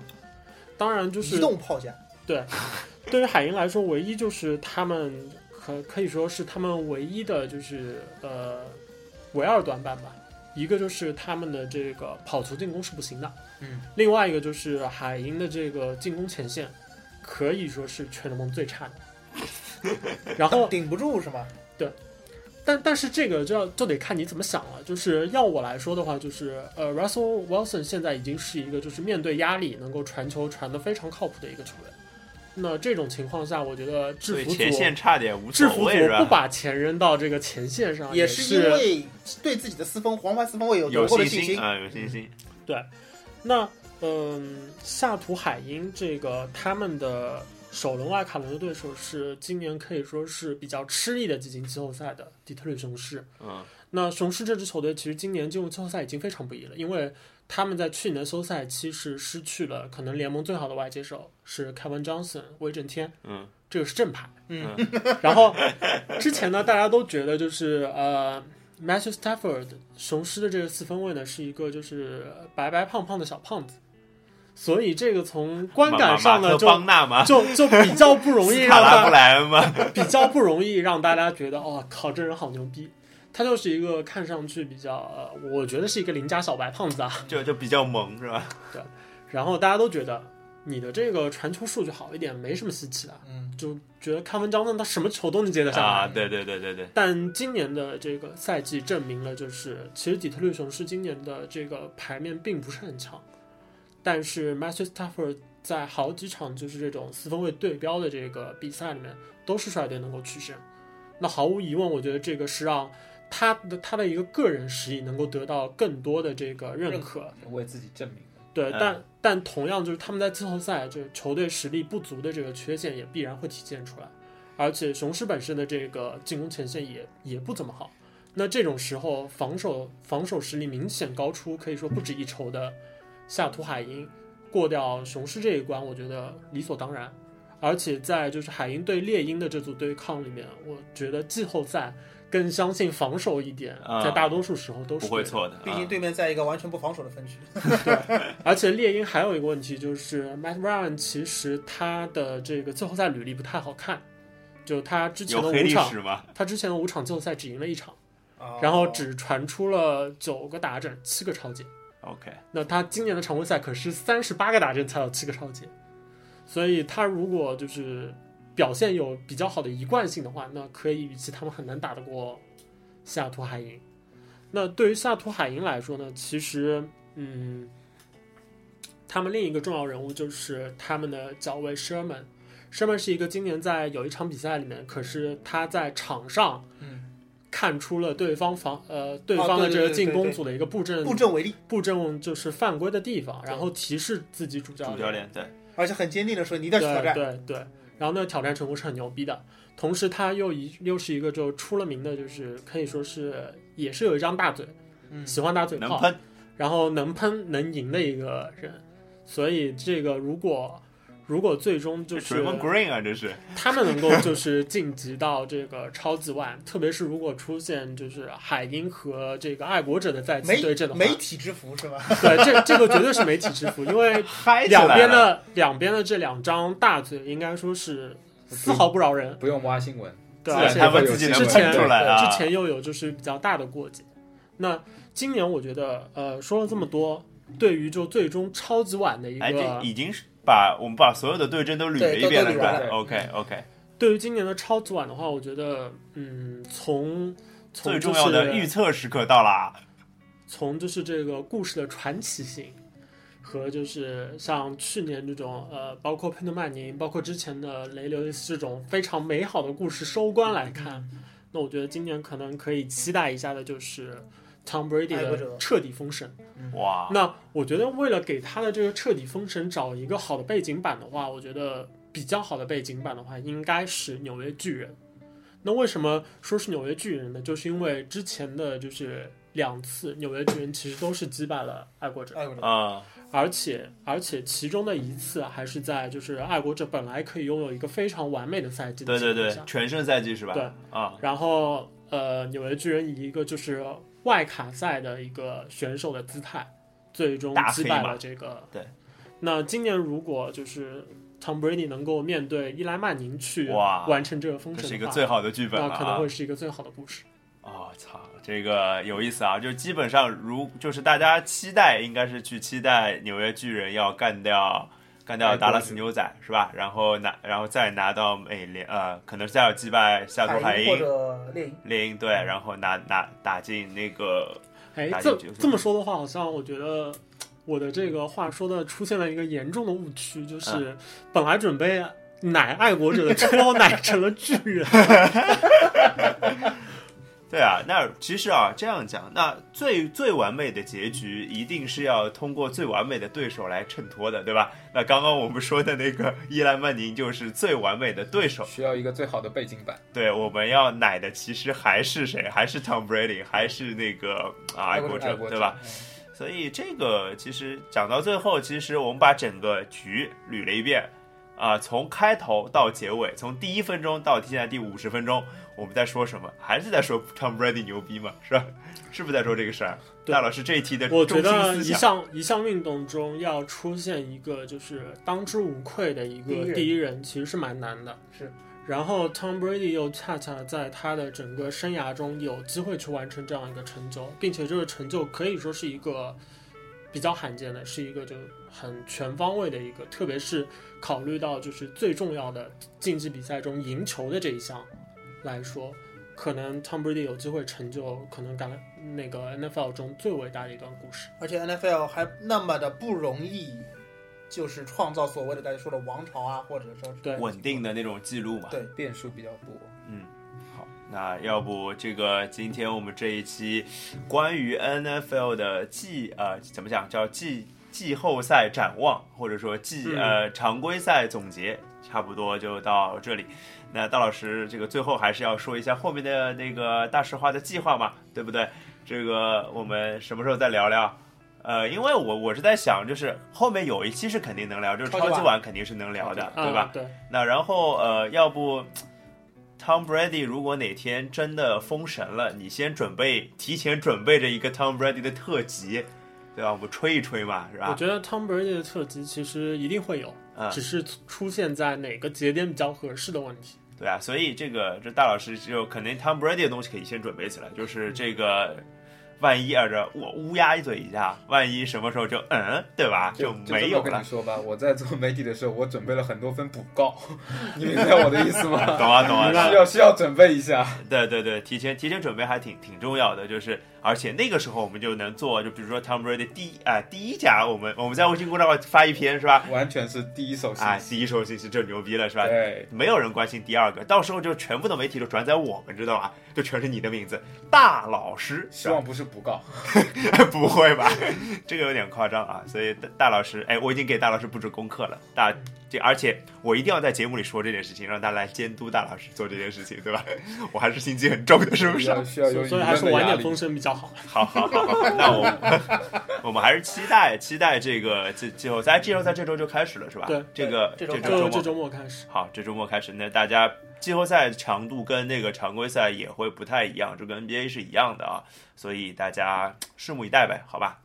当然，就是移动炮架，对于海鹰来说，唯一就是他们可可以说是他们唯一的就是呃唯二短板吧。一个就是他们的这个跑球进攻是不行的，嗯，另外一个就是海鹰的这个进攻前线可以说是全联盟最差的。 然后顶不住是吗？但但是这个就要就得看你怎么想了。就是要我来说的话，就是呃，Russell Wilson 现在已经是一个就是面对压力能够传球传的非常靠谱的一个球员。那这种情况下，我觉得制对服组前线差点无制所服组谓是不吧？把钱扔到这个前线上，啊也是因为对自己的四分黄牌四分卫有足有够的信信心心，啊，有信心，那嗯，下图海鹰这个他们的首轮外卡轮的对手是今年可以说是比较吃力的几进季后赛的底特律雄狮。嗯，那雄狮这支球队其实今年进入季后赛已经非常不易了，因为他们在去年休赛期是失去了可能联盟最好的外接手是凯文· Johnson 威震天，嗯，这个是正牌。嗯，然后之前呢，大家都觉得就是呃，Matthew Stafford 雄狮的这个四分卫呢是一个就是白白胖胖的小胖子，所以这个从观感上马马呢特就邦纳嘛，就就比较不容易斯让卡大拉布莱恩嘛，比较不容易让大家觉得，哦靠，这人好牛逼。他就是一个看上去比较，呃，我觉得是一个邻家小白胖子啊。就就比较萌是吧？然后大家都觉得你的这个传球数据好一点，没什么稀奇的。啊嗯，就觉得看文章呢，他什么球都能接得上来。啊，对对对对对，但今年的这个赛季证明了，就是其实底特律雄狮今年的这个牌面并不是很强，但是 Matthew Stafford 在好几场就是这种四分卫对标的这个比赛里面，都是率队能够取胜。那毫无疑问，我觉得这个是让他的他的一个个人实力能够得到更多的这个认认可。为自己证明。对，嗯但但同样就是他们在季后赛就是球队实力不足的这个缺陷也必然会体现出来，而且雄狮本身的这个进攻前线也也不怎么好。那这种时候，防守防守实力明显高出可以说不止一筹的下图海鹰，过掉雄狮这一关，我觉得理所当然。而且在就是海鹰对猎鹰的这组对抗里面，我觉得季后赛更相信防守一点，啊在大多数时候都是不会对的错的。啊毕竟对面在一个完全不防守的分区，而且猎鹰还有一个问题就是 Matt Ryan 其实他的这个季后赛履历不太好看，就他之啊前有的黑五历场，史吗？他之前的五场季后赛只赢了一场，哦然后只传出了九个打针，七个超解。 OK，那他今年的常规赛可是三十八个打针才有七个超解，所以他如果就是表现有比较好的一贯性的话，那可以预期他们很难打得过西雅图海鹰。那对于西雅图海鹰来说呢，其实嗯，他们另一个重要人物就是他们的角卫 Sherman。Sherman 是一个今年在有一场比赛里面，可是他在场上嗯看出了对方防呃对哦方的对这对个对进对攻对组的一个布阵布阵为例，布阵就是犯规的地方，对然后提示自己主教主教练对，而且很坚定的说你一定对要去挑战。对对，然后那个挑战成功是很牛逼的。同时，他又一又是一个就出了名的，就是可以说是也是有一张大嘴，嗯，喜欢打嘴能炮，喷然后能喷能赢的一个人。所以这个如果如果最终就这是 Draymond Green 啊，这是他们能够就是晋级到这个超级碗， 特别是如果出现就是海鹰和这个爱国者的再次媒对啊阵的话，媒体之福是吧？对这这个绝对是媒体之福，因为嗨起来两了边的两边的这两张大嘴，应该说是丝毫不饶人。不用挖新闻，对，啊自而然且他们自己能之对喷前出来啊。对之前又有就是比较大的过节。那今年我觉得，呃，说了这么多，对于就最终超级碗的一哎，这个，已经是把我们把所有的对阵都捋了一对都遍了，捋是完吧了嗯？OK OK，对于今年的超级碗的话，我觉得，嗯，从从、最就是、重要的预测时刻到啊啦。从就是这个故事的传奇性，和就是像去年这种呃，包括佩特曼宁，包括之前的雷流这种非常美好的故事收官来嗯看，那我觉得今年可能可以期待一下的就是 Tom Brady 爱国者的彻底封神。哇，那我觉得为了给他的这个彻底封神找一个好的背景板的话，我觉得比较好的背景板的话，应该是纽约巨人。那为什么说是纽约巨人呢？就是因为之前的就是两次纽约巨人其实都是击败了爱国者，哎，我的啊，而且而且其中的一次啊还是在就是爱国者本来可以拥有一个非常完美的赛季的对情对况对下，，全胜赛季是吧？对啊，然后呃，纽约巨人以一个就是外卡赛的一个选手的姿态，最终大击黑败马了这个。对。那今年如果就是 Tom Brady 能够面对伊莱曼宁去哇完成这个封这神是一的个话，最好的剧本了那可能啊会！是一个最好的故事。哦，操，这个有意思啊！就基本上如就是大家期待，应该是去期待纽约巨人要干掉干哎掉达拉斯牛仔是吧？然后拿然后再拿到美联呃，可能是再要击败夏图海海鹰或鹰者猎鹰，猎鹰队，然后拿拿打进那个哎打，进这决赛这么说的话，好像我觉得。我的这个话说的出现了一个严重的误区，嗯就是本来准备奶爱国者的， 最后奶成了巨人。对啊，那其实啊，这样讲，那最最完美的结局一定是要通过最完美的对手来衬托的，对吧？那刚刚我们说的那个伊兰曼宁就是最完美的对手。需要一个最好的背景板。对，我们要奶的其实还是谁？还是 Tom Brady，还是那个啊爱国者，对吧？？嗯所以这个其实讲到最后，其实我们把整个局捋了一遍，啊、从开头到结尾，从第一分钟到现在第五十分钟，我们在说什么？还是在说 Tom Brady 牛逼嘛，是吧？是不是在说这个事儿？对大老师这一题的我中觉心得思一想，项一项运动中要出现一个就是当之无愧的一第一个人第一人，其实是蛮难的。是。然后 Tom Brady 又恰恰在他的整个生涯中有机会去完成这样一个成就，并且这个成就可以说是一个比较罕见的，是一个就很全方位的一个，特别是考虑到就是最重要的竞技比赛中赢球的这一项来说，可能 Tom Brady 有机会成就可能橄榄那个 NFL 中最伟大的一段故事。而且 NFL 还那么的不容易，就是创造所谓的大家说的王朝啊，或者说是对稳定的那种记录嘛。对变数比较多。嗯，好，那要不这个今天我们这一期关于 NFL 的季呃怎么讲叫季季后赛展望，或者说季嗯呃常规赛总结，差不多就到这里。那大老师这个最后还是要说一下后面的那个大实话的计划嘛，对不对？这个我们什么时候再聊聊？呃，因为我我是在想，就是后面有一期是肯定能聊，就是超超级级碗碗肯定是能聊的，对吧啊？？对，那然后呃，要不 Tom Brady 如果哪天真的封神了，你先准备提前准备着一个 Tom Brady 的特辑，对吧？我们吹一吹嘛，是我吧？觉得 Tom Brady 的特辑其实一定会有，嗯，只是出现在哪个节点比较合适的问题。对啊，所以这个这大老师就肯定 Tom Brady 的东西可以先准备起来，就是这个。万一啊，这我乌鸦一嘴一下，万一什么时候就嗯，对吧？就就没有这么跟了你，说吧，我在做媒体的时候，我准备了很多份补告， 你明白我的意思吗？懂啊懂 啊。懂啊需要需要准备一下。对对对，提前提前准备还挺挺重要的，就是而且那个时候我们就能做，就比如说 Tom Brady 第一啊、第一家，我们我们在微信公众号发一篇是吧？完全是第一手信啊，息。第一手信息就牛逼了是吧？对，没有人关心第二个，到时候就全部的媒体都转载我们，知道吧？就全是你的名字，大老师，希是吧？望不是补告。不会吧？ 这个有点夸张啊，所以大大老师，哎，我已经给大老师布置功课了，大这而且我一定要在节目里说这件事情，让大家来监督大老师做这件事情，对吧？ 我还是心机很重的，是不是需？要需呃要有所以还舆论是的晚压点力封神比较好。好好好，好，那我们我们还是期待期待这个季季后赛，季后赛这周就开始了是吧？对这个对周这周周就这末周末开始，好，这周末开始，那大家季后赛强度跟那个常规赛也会不太一样，这跟 NBA 是一样的啊，所以大家拭目以待呗，好吧？